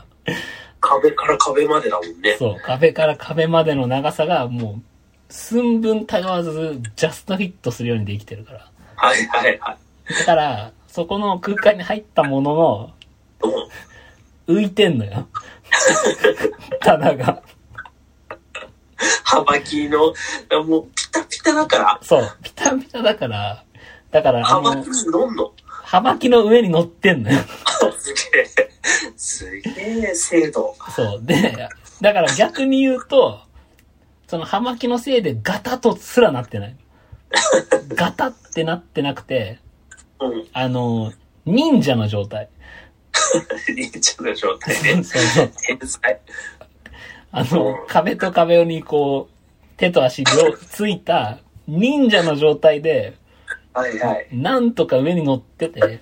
[SPEAKER 2] 壁から壁までだもんね。
[SPEAKER 1] そう、壁から壁までの長さがもう、寸分たがわず、ジャストフィットするようにできてるから。
[SPEAKER 2] はいはいはい。
[SPEAKER 1] だから、そこの空間に入ったものの、
[SPEAKER 2] うん。
[SPEAKER 1] 浮いてんの よ。棚が。
[SPEAKER 2] 幅木の、もう、ピタピタだから、
[SPEAKER 1] そう、ピタピタだから、だから、あ
[SPEAKER 2] 幅木
[SPEAKER 1] の、
[SPEAKER 2] にどんどん。
[SPEAKER 1] はばきの上に乗ってんのよ。
[SPEAKER 2] すげえ、すげえ精度。
[SPEAKER 1] そう。で、だから逆に言うと、その葉巻のせいでガタとすらなってない。ガタってなってなくて、
[SPEAKER 2] うん。
[SPEAKER 1] あの、忍者の状態。
[SPEAKER 2] 忍者の状態
[SPEAKER 1] そう
[SPEAKER 2] ね。
[SPEAKER 1] そう。
[SPEAKER 2] 天才。
[SPEAKER 1] あの、壁と壁にこう、手と足両ついた忍者の状態で、
[SPEAKER 2] はいはい。
[SPEAKER 1] なんとか上に乗ってて、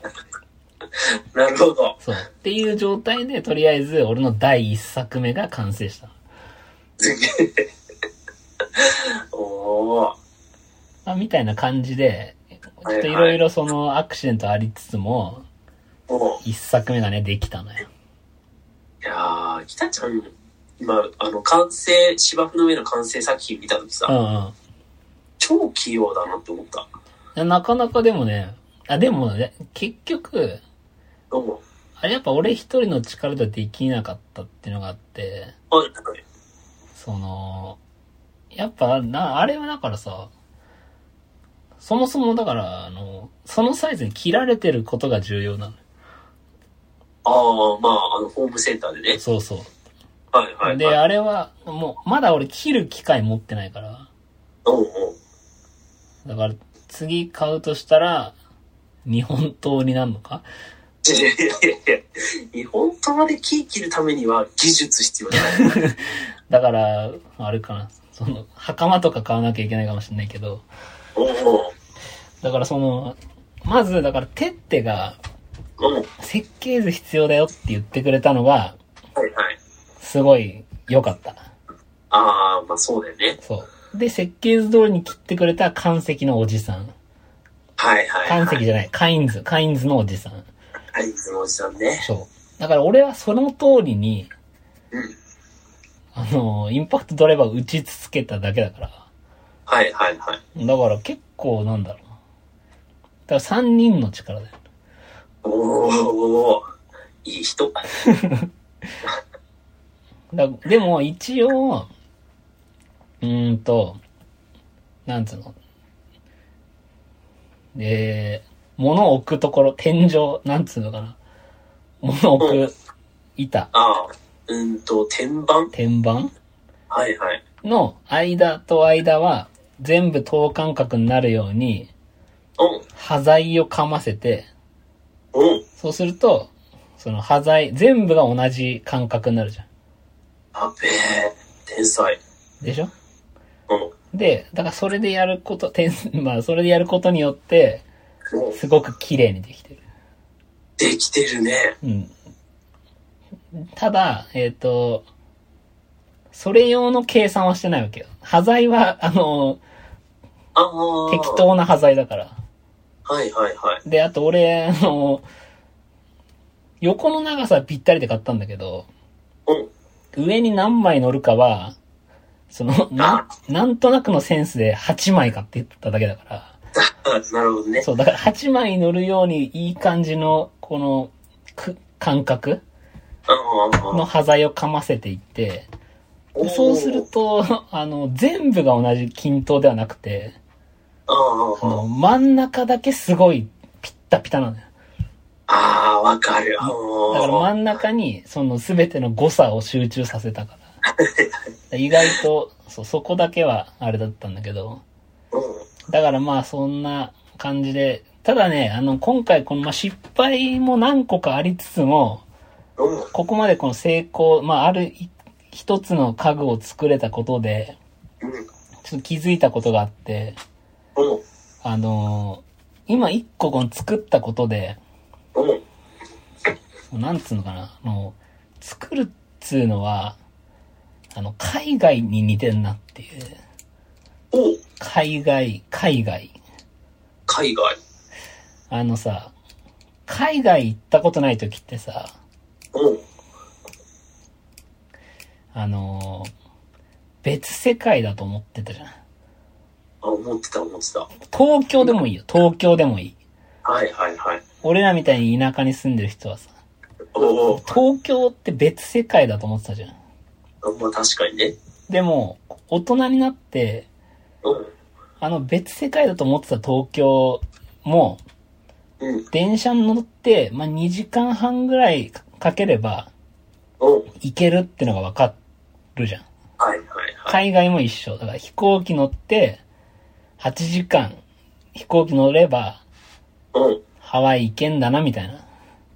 [SPEAKER 2] なるほど。
[SPEAKER 1] そう。っていう状態で、とりあえず俺の第一作目が完成した。
[SPEAKER 2] すげえ。おー。
[SPEAKER 1] まあ、みたいな感じで、ちょっといろいろそのアクシデントありつつも、
[SPEAKER 2] おー
[SPEAKER 1] 一作目がね、できたのよ。
[SPEAKER 2] いやー、北ちゃん、今、あの、完成、芝生の上の完成作品見たときさ、
[SPEAKER 1] う
[SPEAKER 2] 超器用だなって思った。
[SPEAKER 1] んうん。なかなかでもね、あ、でもね、結局、
[SPEAKER 2] うん。は
[SPEAKER 1] あれやっぱ俺一人の力ではできなかったっていうのがあって、
[SPEAKER 2] いはい。
[SPEAKER 1] その、やっぱな、あれはだからさ、そもそもだから、あの、そのサイズに切られてることが重要なのよ。
[SPEAKER 2] あー、まあ、あの、ホームセンターでね。
[SPEAKER 1] そうそう。
[SPEAKER 2] はいはい
[SPEAKER 1] で、
[SPEAKER 2] はい。
[SPEAKER 1] あれは、もう、まだ俺切る機会持ってないから、
[SPEAKER 2] おうおう
[SPEAKER 1] だから次買うとしたら、日本刀になるのか
[SPEAKER 2] いやいやいや日本刀で木切るためには技術必要じゃない。
[SPEAKER 1] だから、あれかな。その、袴とか買わなきゃいけないかもしれないけど、
[SPEAKER 2] おお
[SPEAKER 1] だからその、まず、だから、テッテが、
[SPEAKER 2] おお
[SPEAKER 1] 設計図必要だよって言ってくれたのが、
[SPEAKER 2] はいはい。
[SPEAKER 1] すごい良かった。
[SPEAKER 2] ああ、まあそうだよね。
[SPEAKER 1] そう。で、設計図通りに切ってくれた関石のおじさん。
[SPEAKER 2] はいはい、はい。
[SPEAKER 1] 関石じゃない、カインズ、カインズのおじさん。
[SPEAKER 2] カインズのおじさんね。
[SPEAKER 1] そう。だから俺はその通りに、
[SPEAKER 2] うん。
[SPEAKER 1] あの、インパクトドライバーを打ち続けただけだから。
[SPEAKER 2] はいはいはい。
[SPEAKER 1] だから結構なんだろうな。だから3人の力だよ。
[SPEAKER 2] おおいい人。
[SPEAKER 1] だでも一応、うーんと、なんつうの。えー、物を置くところ、天井、なんつうのかな。物を置く板、
[SPEAKER 2] ああ、うんと、天板
[SPEAKER 1] 天板
[SPEAKER 2] はいはい。
[SPEAKER 1] の間と間は全部等間隔になるように、端材を噛ませて、
[SPEAKER 2] うん。うん。
[SPEAKER 1] そうすると、その端材、全部が同じ感覚になるじゃ
[SPEAKER 2] あべえ。天
[SPEAKER 1] ん。
[SPEAKER 2] 才。
[SPEAKER 1] でしょ
[SPEAKER 2] うん。
[SPEAKER 1] で、だからそれでやること、点、 まあそれでやることによって、
[SPEAKER 2] うん
[SPEAKER 1] すごく綺麗にできてる。
[SPEAKER 2] できてるね。
[SPEAKER 1] うん。ただ、えっ、と、それ用の計算はしてないわけよ。端材は、あの、
[SPEAKER 2] ああ。
[SPEAKER 1] 適。当な端材だから。
[SPEAKER 2] はいはいはい。
[SPEAKER 1] で、あと俺、あの、横の長さはぴったりで買ったんだけど、
[SPEAKER 2] うん。
[SPEAKER 1] 上に何枚乗るかは、その、な、なんとなくのセンスで8枚買って言っただけだか
[SPEAKER 2] あなるほど
[SPEAKER 1] ら。
[SPEAKER 2] ね。
[SPEAKER 1] そう、だから8枚乗るようにいい感じの、この、く、感覚
[SPEAKER 2] ああ。
[SPEAKER 1] の端材を噛ませていって、
[SPEAKER 2] おー
[SPEAKER 1] そうする。と、 あの、全部が同じ均等ではなくて、
[SPEAKER 2] あ
[SPEAKER 1] あ
[SPEAKER 2] あ。
[SPEAKER 1] の、真ん中だけすごいピッタピタなのよ。
[SPEAKER 2] ああ、わかる。あ
[SPEAKER 1] だから真
[SPEAKER 2] あ。
[SPEAKER 1] ん中に、その全ての誤差を集中させた から。意外と、そう、そこだけはあれだったんだけど、
[SPEAKER 2] うん。
[SPEAKER 1] だからまあそんな感じで、ただね、あの、今回この、まあ、失敗も何個かありつつも、
[SPEAKER 2] うん。
[SPEAKER 1] ここまでこの成功、まああるい一つの家具を作れたことで、
[SPEAKER 2] うん。
[SPEAKER 1] ちょっと気づいたことがあって、
[SPEAKER 2] うん。
[SPEAKER 1] あのー今一個この作ったことで、
[SPEAKER 2] うん。
[SPEAKER 1] なんつうのかな、あの、作るっつうのは、あの、海外に似てんなっていう。
[SPEAKER 2] お
[SPEAKER 1] 海外、海外。
[SPEAKER 2] 海外。
[SPEAKER 1] あのさ、海外行ったことない時ってさ、
[SPEAKER 2] うん。
[SPEAKER 1] あのー別世界だと思ってたじゃん。
[SPEAKER 2] あ、思ってた思ってた。
[SPEAKER 1] 東京でもいいよ。東京でもいい。
[SPEAKER 2] はいはいはい。
[SPEAKER 1] 俺らみたいに田舎に住んでる人はさ、
[SPEAKER 2] お
[SPEAKER 1] 東京って別世界だと思ってたじゃん。
[SPEAKER 2] お。まあ確かにね。
[SPEAKER 1] でも、大人になって、
[SPEAKER 2] うん。
[SPEAKER 1] あの別世界だと思ってた東京も、
[SPEAKER 2] うん。うん。
[SPEAKER 1] 電車に乗って、まあ、2時間半ぐらいかければ行けるってのが分かるじゃん。
[SPEAKER 2] はいはいはい。
[SPEAKER 1] 海外も一緒。だから飛行機乗って、8時間飛行機乗れば
[SPEAKER 2] うん。
[SPEAKER 1] ハワイ行けんだなみたいな。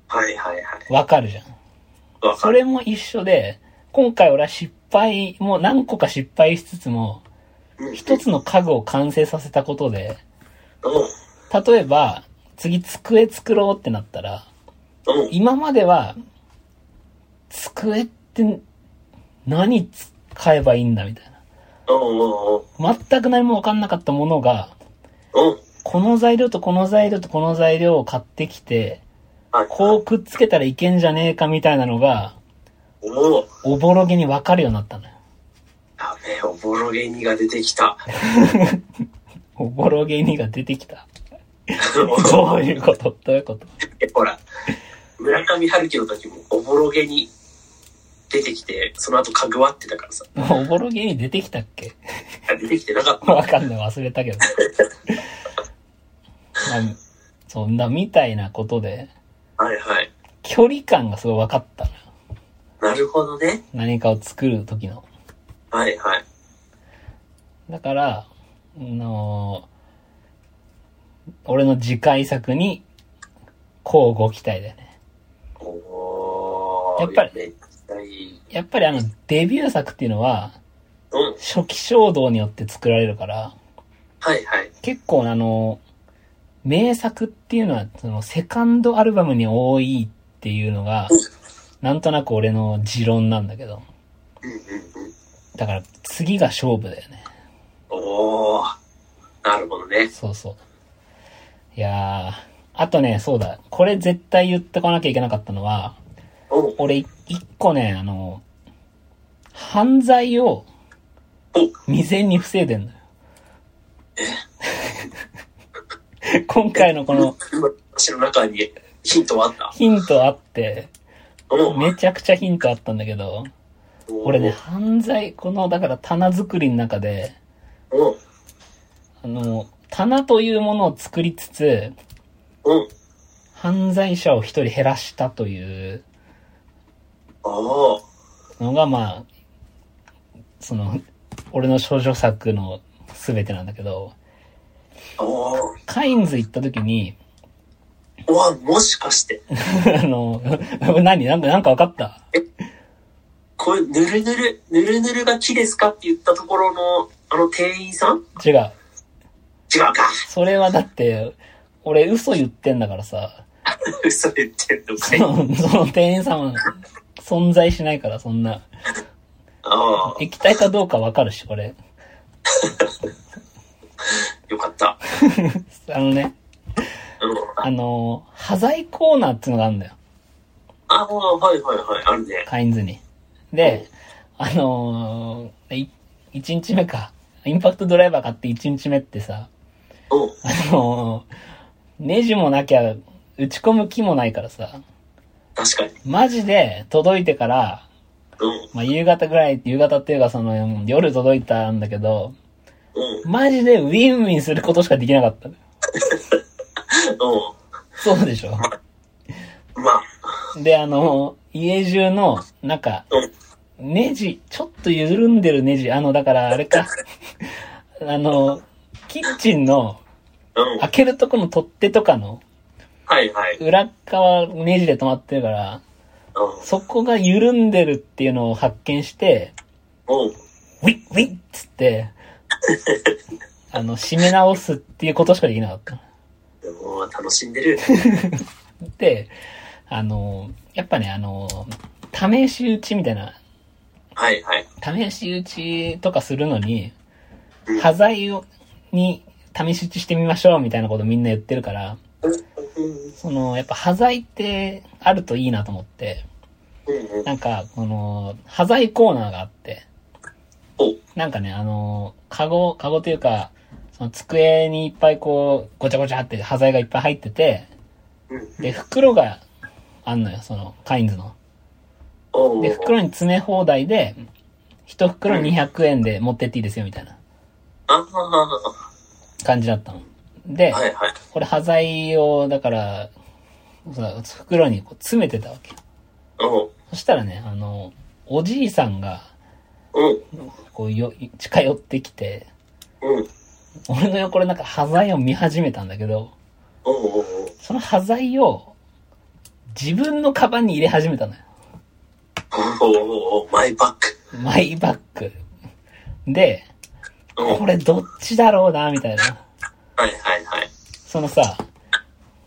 [SPEAKER 2] はいはいはい。
[SPEAKER 1] 分かるじゃん。
[SPEAKER 2] わか
[SPEAKER 1] そ
[SPEAKER 2] る。
[SPEAKER 1] れも一緒で、今回俺は失敗、もう何個か失敗しつつも、
[SPEAKER 2] うん。
[SPEAKER 1] 一つの家具を完成させたことで、
[SPEAKER 2] う
[SPEAKER 1] 例えば、次机作ろうってなったら、
[SPEAKER 2] ん。うん。
[SPEAKER 1] 今までは、机って何買えばいいんだみたい
[SPEAKER 2] うん。
[SPEAKER 1] な。全く何もわかんなかったものが、
[SPEAKER 2] うん。
[SPEAKER 1] この材料とこの材料とこの材料を買ってきて、
[SPEAKER 2] はい。
[SPEAKER 1] こうくっつけたらいけんじゃねえかみたいなのが、
[SPEAKER 2] うん。おお。
[SPEAKER 1] おぼろげにわかるようになったのよ。
[SPEAKER 2] やべえ、おぼろげにが出てきた。
[SPEAKER 1] おぼろげにが出てきた。どういうことどういうこと
[SPEAKER 2] え、ほら、村上春樹の時もおぼろげに出てきて、その後かぐわってたからさ。
[SPEAKER 1] おぼろげに出てきたっけ
[SPEAKER 2] あ出てきてなかった。
[SPEAKER 1] わかんない。忘れたけど。まあそんなみたいなことで、
[SPEAKER 2] はいはい。
[SPEAKER 1] 距離感がすごい分かったのよ。
[SPEAKER 2] なるほどね。
[SPEAKER 1] 何かを作る時の。
[SPEAKER 2] はいはい。
[SPEAKER 1] だから、あの俺の次回作に、こうご期待だよね。
[SPEAKER 2] おー。
[SPEAKER 1] やっぱり
[SPEAKER 2] めっちゃいい。
[SPEAKER 1] やっぱりあの、デビュー作っていうのは、
[SPEAKER 2] うん。
[SPEAKER 1] 初期衝動によって作られるから、
[SPEAKER 2] はいはい。
[SPEAKER 1] 結構あの名作っていうのは、その、セカンドアルバムに多いっていうのが、なんとなく俺の持論なんだけど。
[SPEAKER 2] うんうんうん。
[SPEAKER 1] だから、次が勝負だよね。
[SPEAKER 2] おー。なるほどね。
[SPEAKER 1] そうそう。いやー、あとね、そうだ。これ絶対言ってこなきゃいけなかったのは、
[SPEAKER 2] おお。
[SPEAKER 1] 俺、一個ね、あの、犯罪を未然に防いでんのよ。 今回のこの
[SPEAKER 2] 今、私の中にヒントはあった。
[SPEAKER 1] ヒントあって、
[SPEAKER 2] お
[SPEAKER 1] めちゃくちゃヒントあったんだけど、俺ね、。犯罪、この、だから棚作りの中で、
[SPEAKER 2] お
[SPEAKER 1] あの、棚というものを作りつつ、
[SPEAKER 2] うん。
[SPEAKER 1] 犯罪者を一人減らしたという
[SPEAKER 2] おー。
[SPEAKER 1] のが、まあ、その、俺の少女作の全てなんだけど、
[SPEAKER 2] おー
[SPEAKER 1] カインズ行った時に、
[SPEAKER 2] うわ、もしかして。
[SPEAKER 1] あの、 何なんか、なんか分かった
[SPEAKER 2] これ、ぬるぬる、ぬるぬるが木ですかって言ったところの、あの店員さん
[SPEAKER 1] 違う。
[SPEAKER 2] 違うか。
[SPEAKER 1] それはだって、俺嘘言ってんだからさ、
[SPEAKER 2] 嘘言ってんのか
[SPEAKER 1] そ
[SPEAKER 2] い。
[SPEAKER 1] のその店員さんは存在しないから、そんな。
[SPEAKER 2] ああ、
[SPEAKER 1] 液体かどうか分かるし、俺。
[SPEAKER 2] よかった。
[SPEAKER 1] あのね、
[SPEAKER 2] うん。
[SPEAKER 1] あの、端材コーナーっていうのがあるんだよ。
[SPEAKER 2] ああ、はいはいはい、あるね。
[SPEAKER 1] カインズに。で、あのー、い1日目か。インパクトドライバー買って1日目ってさ、
[SPEAKER 2] うん。
[SPEAKER 1] あのー、ネジもなきゃ打ち込む気もないからさ、
[SPEAKER 2] 確かに。
[SPEAKER 1] マジで届いてから、
[SPEAKER 2] うん。
[SPEAKER 1] まあ、夕方ぐらい、夕方っていうかその夜届いたんだけど、
[SPEAKER 2] うん。
[SPEAKER 1] マジでウィンウィンすることしかできなかった。
[SPEAKER 2] う
[SPEAKER 1] そうでしょ。
[SPEAKER 2] ん。まあ、
[SPEAKER 1] で、あの、家中の、なんか、
[SPEAKER 2] うん。
[SPEAKER 1] ネジ、ちょっと緩んでるネジ、あの、だからあれか、 あの、キッチンの
[SPEAKER 2] うん。
[SPEAKER 1] 開けるとこの取っ手とかの
[SPEAKER 2] はいはい。うん。
[SPEAKER 1] 裏側ネジで止まってるから、そこが緩んでるっていうのを発見して、
[SPEAKER 2] うん。
[SPEAKER 1] ウィッウィッつって、あの、締め直すっていうことしかできなかった。
[SPEAKER 2] でも、楽しんでる。
[SPEAKER 1] で、あの、やっぱね、あの、試し打ちみたいな、
[SPEAKER 2] はいは
[SPEAKER 1] 試
[SPEAKER 2] い。
[SPEAKER 1] し打ちとかするのに
[SPEAKER 2] うん、
[SPEAKER 1] 端材をに試し打ちしてみましょうみたいなことみんな言ってるから、
[SPEAKER 2] うん。
[SPEAKER 1] その、やっぱ端材ってあるといいなと思って、
[SPEAKER 2] うん。
[SPEAKER 1] なんか、この、端材コーナーがあって、
[SPEAKER 2] おう。
[SPEAKER 1] なんかね、あの、カゴ、カゴというか、その机にいっぱいこう、ごちゃごちゃって端材がいっぱい入ってて、
[SPEAKER 2] うん。
[SPEAKER 1] で、袋があんのよ、その、カインズの。
[SPEAKER 2] おう。
[SPEAKER 1] で、袋に詰め放題で、一袋200円で持ってっていいですよ、みたいな
[SPEAKER 2] ああ、
[SPEAKER 1] 感じだったの。で、
[SPEAKER 2] はいはい。
[SPEAKER 1] これ端材を、だから、そう袋にこう詰めてたわけ。
[SPEAKER 2] うん。
[SPEAKER 1] そしたらね、あの、おじいさんが、
[SPEAKER 2] うん。
[SPEAKER 1] こうよ、近寄ってきて、
[SPEAKER 2] うん。
[SPEAKER 1] 俺の横でなんか端材を見始めたんだけど、
[SPEAKER 2] おうおう
[SPEAKER 1] その端材を、自分のカバンに入れ始めたのよ。
[SPEAKER 2] おうおうおうマイバッ
[SPEAKER 1] マイバッグ。で、
[SPEAKER 2] グ。うん。
[SPEAKER 1] これどっちだろうな、みたいな。
[SPEAKER 2] はいはいはい。
[SPEAKER 1] そのさ、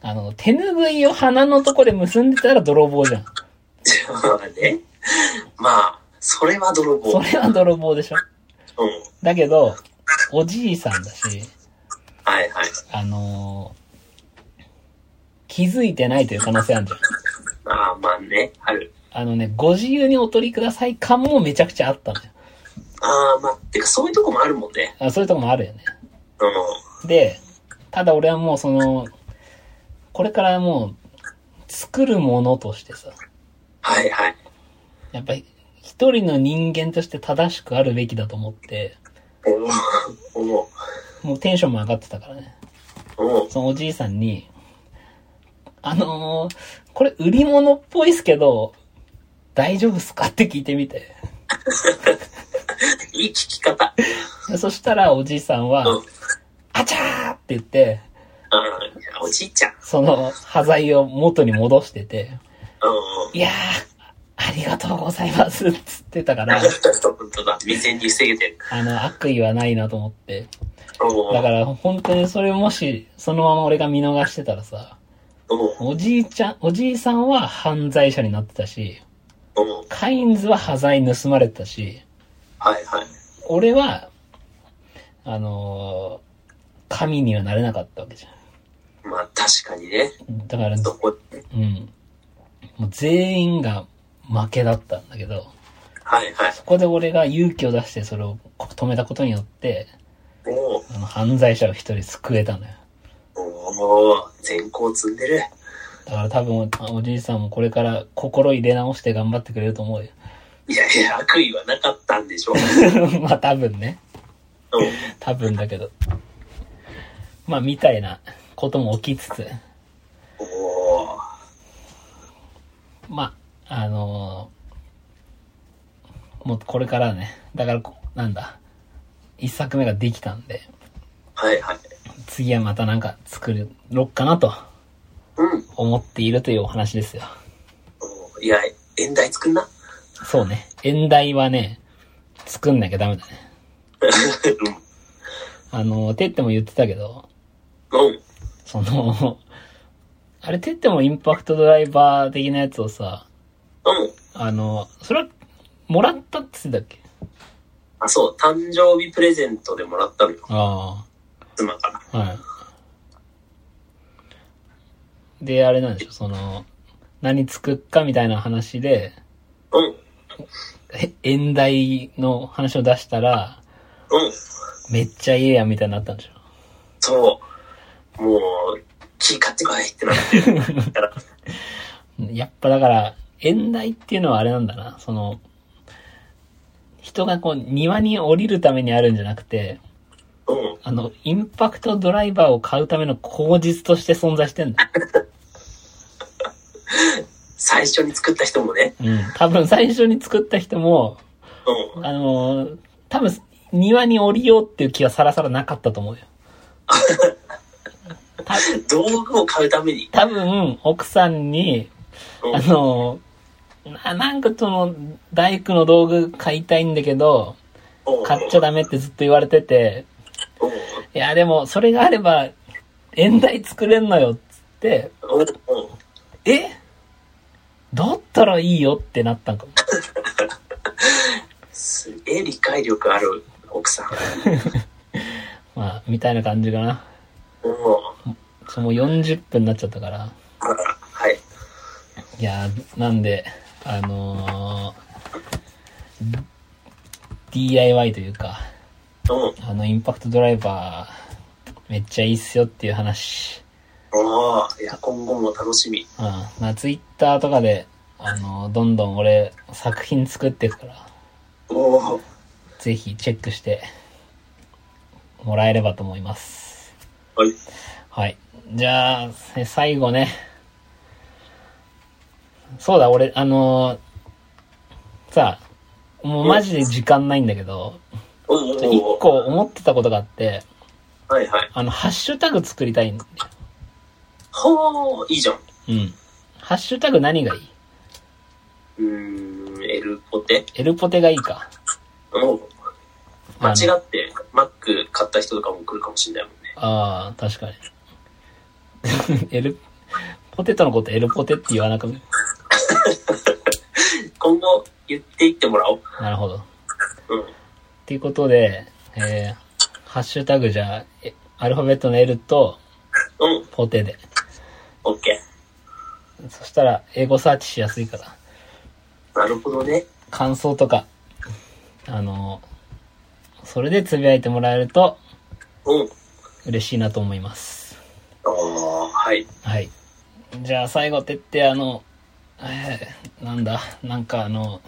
[SPEAKER 1] あの、手ぬぐいを鼻のとこで結んでたら泥棒じゃん。
[SPEAKER 2] じゃあね。まあ、それは泥棒。
[SPEAKER 1] それは泥棒でしょ。
[SPEAKER 2] うん。
[SPEAKER 1] だけど、おじいさんだし、
[SPEAKER 2] はいはい。
[SPEAKER 1] あのー気づいてないという可能性あるじゃん。
[SPEAKER 2] ああ、まあね、ある。
[SPEAKER 1] あのね、ご自由にお取りください感もめちゃくちゃあったのよ。
[SPEAKER 2] ああ、まあ、てかそういうとこもあるもんね。
[SPEAKER 1] あそういうとこもあるよね。
[SPEAKER 2] うん。
[SPEAKER 1] で、ただ俺はもうその、これからもう、作るものとしてさ、
[SPEAKER 2] はいはい。
[SPEAKER 1] やっぱり一人の人間として正しくあるべきだと思って、
[SPEAKER 2] おうおう
[SPEAKER 1] もうテンションも上がってたからね。
[SPEAKER 2] おう
[SPEAKER 1] そのおじいさんに、あのー、これ売り物っぽいっすけど、大丈夫っすかって聞いてみて。
[SPEAKER 2] いい聞き方。
[SPEAKER 1] でそしたらおじいさんは
[SPEAKER 2] うん。う、ん
[SPEAKER 1] あちゃーって言って、
[SPEAKER 2] いやおじいちゃん。
[SPEAKER 1] その端材を元に戻してて、
[SPEAKER 2] うん。
[SPEAKER 1] いやー、ありがとうございますっつってたから、
[SPEAKER 2] 本当だ。未然に防げてる。
[SPEAKER 1] あの、悪意はないなと思って。
[SPEAKER 2] うん。
[SPEAKER 1] だから本当にそれもし、そのまま俺が見逃してたらさ、
[SPEAKER 2] うん。
[SPEAKER 1] おじいちゃん、おじいさんは犯罪者になってたし、
[SPEAKER 2] うん。
[SPEAKER 1] カインズは端材盗まれてたし、
[SPEAKER 2] はいはい。
[SPEAKER 1] 俺は、あのー神にはなれなかったわけじゃ
[SPEAKER 2] まあ、確かにね。
[SPEAKER 1] ん。だから、
[SPEAKER 2] そこ、
[SPEAKER 1] うん。もう全員が負けだったんだけど、
[SPEAKER 2] はいはい。
[SPEAKER 1] そこで俺が勇気を出してそれを止めたことによって、
[SPEAKER 2] おう
[SPEAKER 1] あの、犯罪者を一人救えたのよ。
[SPEAKER 2] おう善行積んでる。
[SPEAKER 1] だから多分お、おじいさんもこれから心入れ直して頑張ってくれると思うよ。
[SPEAKER 2] いやいや、悪意はなかったんでしょ。
[SPEAKER 1] まあ多分ね。
[SPEAKER 2] うん。
[SPEAKER 1] 多分だけど。まあみたいなことも起きつつ、
[SPEAKER 2] おー
[SPEAKER 1] まあ、あのーもうこれからね、だからこ、なんだ、一作目ができたんで、
[SPEAKER 2] はいはい。
[SPEAKER 1] 次はまたなんか作ろっかなと
[SPEAKER 2] うん。
[SPEAKER 1] 思っているというお話ですよ。
[SPEAKER 2] おいや、演題作んな。
[SPEAKER 1] そうね。演題はね、作んなきゃダメだね。
[SPEAKER 2] う
[SPEAKER 1] あの、てっても言ってたけど、
[SPEAKER 2] ん。うん。
[SPEAKER 1] その、あれてってもインパクトドライバー的なやつをさ、
[SPEAKER 2] うん。
[SPEAKER 1] あの、それは、もらったって言ってたっけ
[SPEAKER 2] あ、そう。誕生日プレゼントでもらったのよ。
[SPEAKER 1] あ
[SPEAKER 2] 妻から。
[SPEAKER 1] あ、はい。で、あれなんでしょ、その、何作っかみたいな話で、
[SPEAKER 2] うん。うん。
[SPEAKER 1] え演題の話を出したら、めっちゃいいやんみたいになったんでしょ。
[SPEAKER 2] そう。もう、木買ってこいってなって。だから
[SPEAKER 1] やっぱだから、縁台っていうのはあれなんだな。その、人がこう庭に降りるためにあるんじゃなくて、
[SPEAKER 2] うん。
[SPEAKER 1] あの、インパクトドライバーを買うための口実として存在してんだ。
[SPEAKER 2] 最初に作った人もね。
[SPEAKER 1] うん。多分最初に作った人も、
[SPEAKER 2] うん。
[SPEAKER 1] あのー多分庭に降りようっていう気はさらさらなかったと思うよ。た
[SPEAKER 2] 道具を買うために。
[SPEAKER 1] 多分、奥さんに、
[SPEAKER 2] うん
[SPEAKER 1] あ。のーな、なんかその、大工の道具買いたいんだけど、
[SPEAKER 2] うん
[SPEAKER 1] 買っちゃダメってずっと言われてて、
[SPEAKER 2] うん。
[SPEAKER 1] いや、でも、それがあれば、演題作れんのよ、っつって、
[SPEAKER 2] うん。うん。
[SPEAKER 1] えだったらいいよってなったんかも。
[SPEAKER 2] すげえ理解力ある奥さん。
[SPEAKER 1] まあ、みたいな感じかな。
[SPEAKER 2] うん。
[SPEAKER 1] その40分になっちゃったから。
[SPEAKER 2] あらはい。
[SPEAKER 1] いやー、なんで、あのー DIY というか、
[SPEAKER 2] うん。
[SPEAKER 1] あの、インパクトドライバー、めっちゃいいっすよっていう話。
[SPEAKER 2] おーいや、今後も楽しみ。
[SPEAKER 1] うん。まあ、ツイッターとかで、あのーどんどん俺、作品作っていくから。
[SPEAKER 2] おお。
[SPEAKER 1] ぜひチェックしてもらえればと思います。
[SPEAKER 2] はい。
[SPEAKER 1] はい。じゃあ、え最後ね。そうだ、俺、あのーさあ、もうマジで時間ないんだけど、
[SPEAKER 2] おー
[SPEAKER 1] 一個思ってたことがあって、
[SPEAKER 2] はいはい。
[SPEAKER 1] あの、ハッシュタグ作りたいんだよ
[SPEAKER 2] ほーいいじゃん。
[SPEAKER 1] うん。ハッシュタグ何がいいう
[SPEAKER 2] ーん、エルポテ。
[SPEAKER 1] エルポテがいいか。
[SPEAKER 2] うん。間
[SPEAKER 1] あの
[SPEAKER 2] 違って、マック買った人とかも来るかもしれないもんね。
[SPEAKER 1] ああ、確かに。 エル、ポテトのことエルポテって言わなくなる
[SPEAKER 2] 今後、言っていってもらおう。
[SPEAKER 1] なるほど。
[SPEAKER 2] うん。
[SPEAKER 1] っていうことで、えー、ハッシュタグじゃあ、えアルファベットの L と
[SPEAKER 2] うん。
[SPEAKER 1] ポテで。
[SPEAKER 2] オッケ
[SPEAKER 1] そしたら、英語サーチしやすいから、
[SPEAKER 2] ー。なるほどね。
[SPEAKER 1] 感想とか、あの、それでつぶやいてもらえると
[SPEAKER 2] うん。
[SPEAKER 1] 嬉しいなと思います。
[SPEAKER 2] おーはい。
[SPEAKER 1] はい。じゃあ最後、てって、あの、えー、なんだ、なんかあの、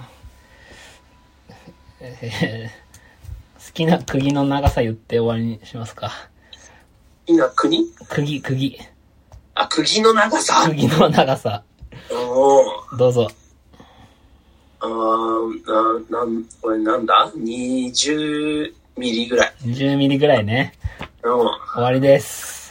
[SPEAKER 1] えー、好きな釘の長さ言って終わりにしますか。
[SPEAKER 2] いいな、国
[SPEAKER 1] 釘、釘、
[SPEAKER 2] あ、釘の長さ。
[SPEAKER 1] 釘の長さ。
[SPEAKER 2] おー
[SPEAKER 1] どうぞ。
[SPEAKER 2] あーな、なん、これなんだ ?20 ミリぐらい。
[SPEAKER 1] 20ミリぐらいね。
[SPEAKER 2] うん。
[SPEAKER 1] 終わりです。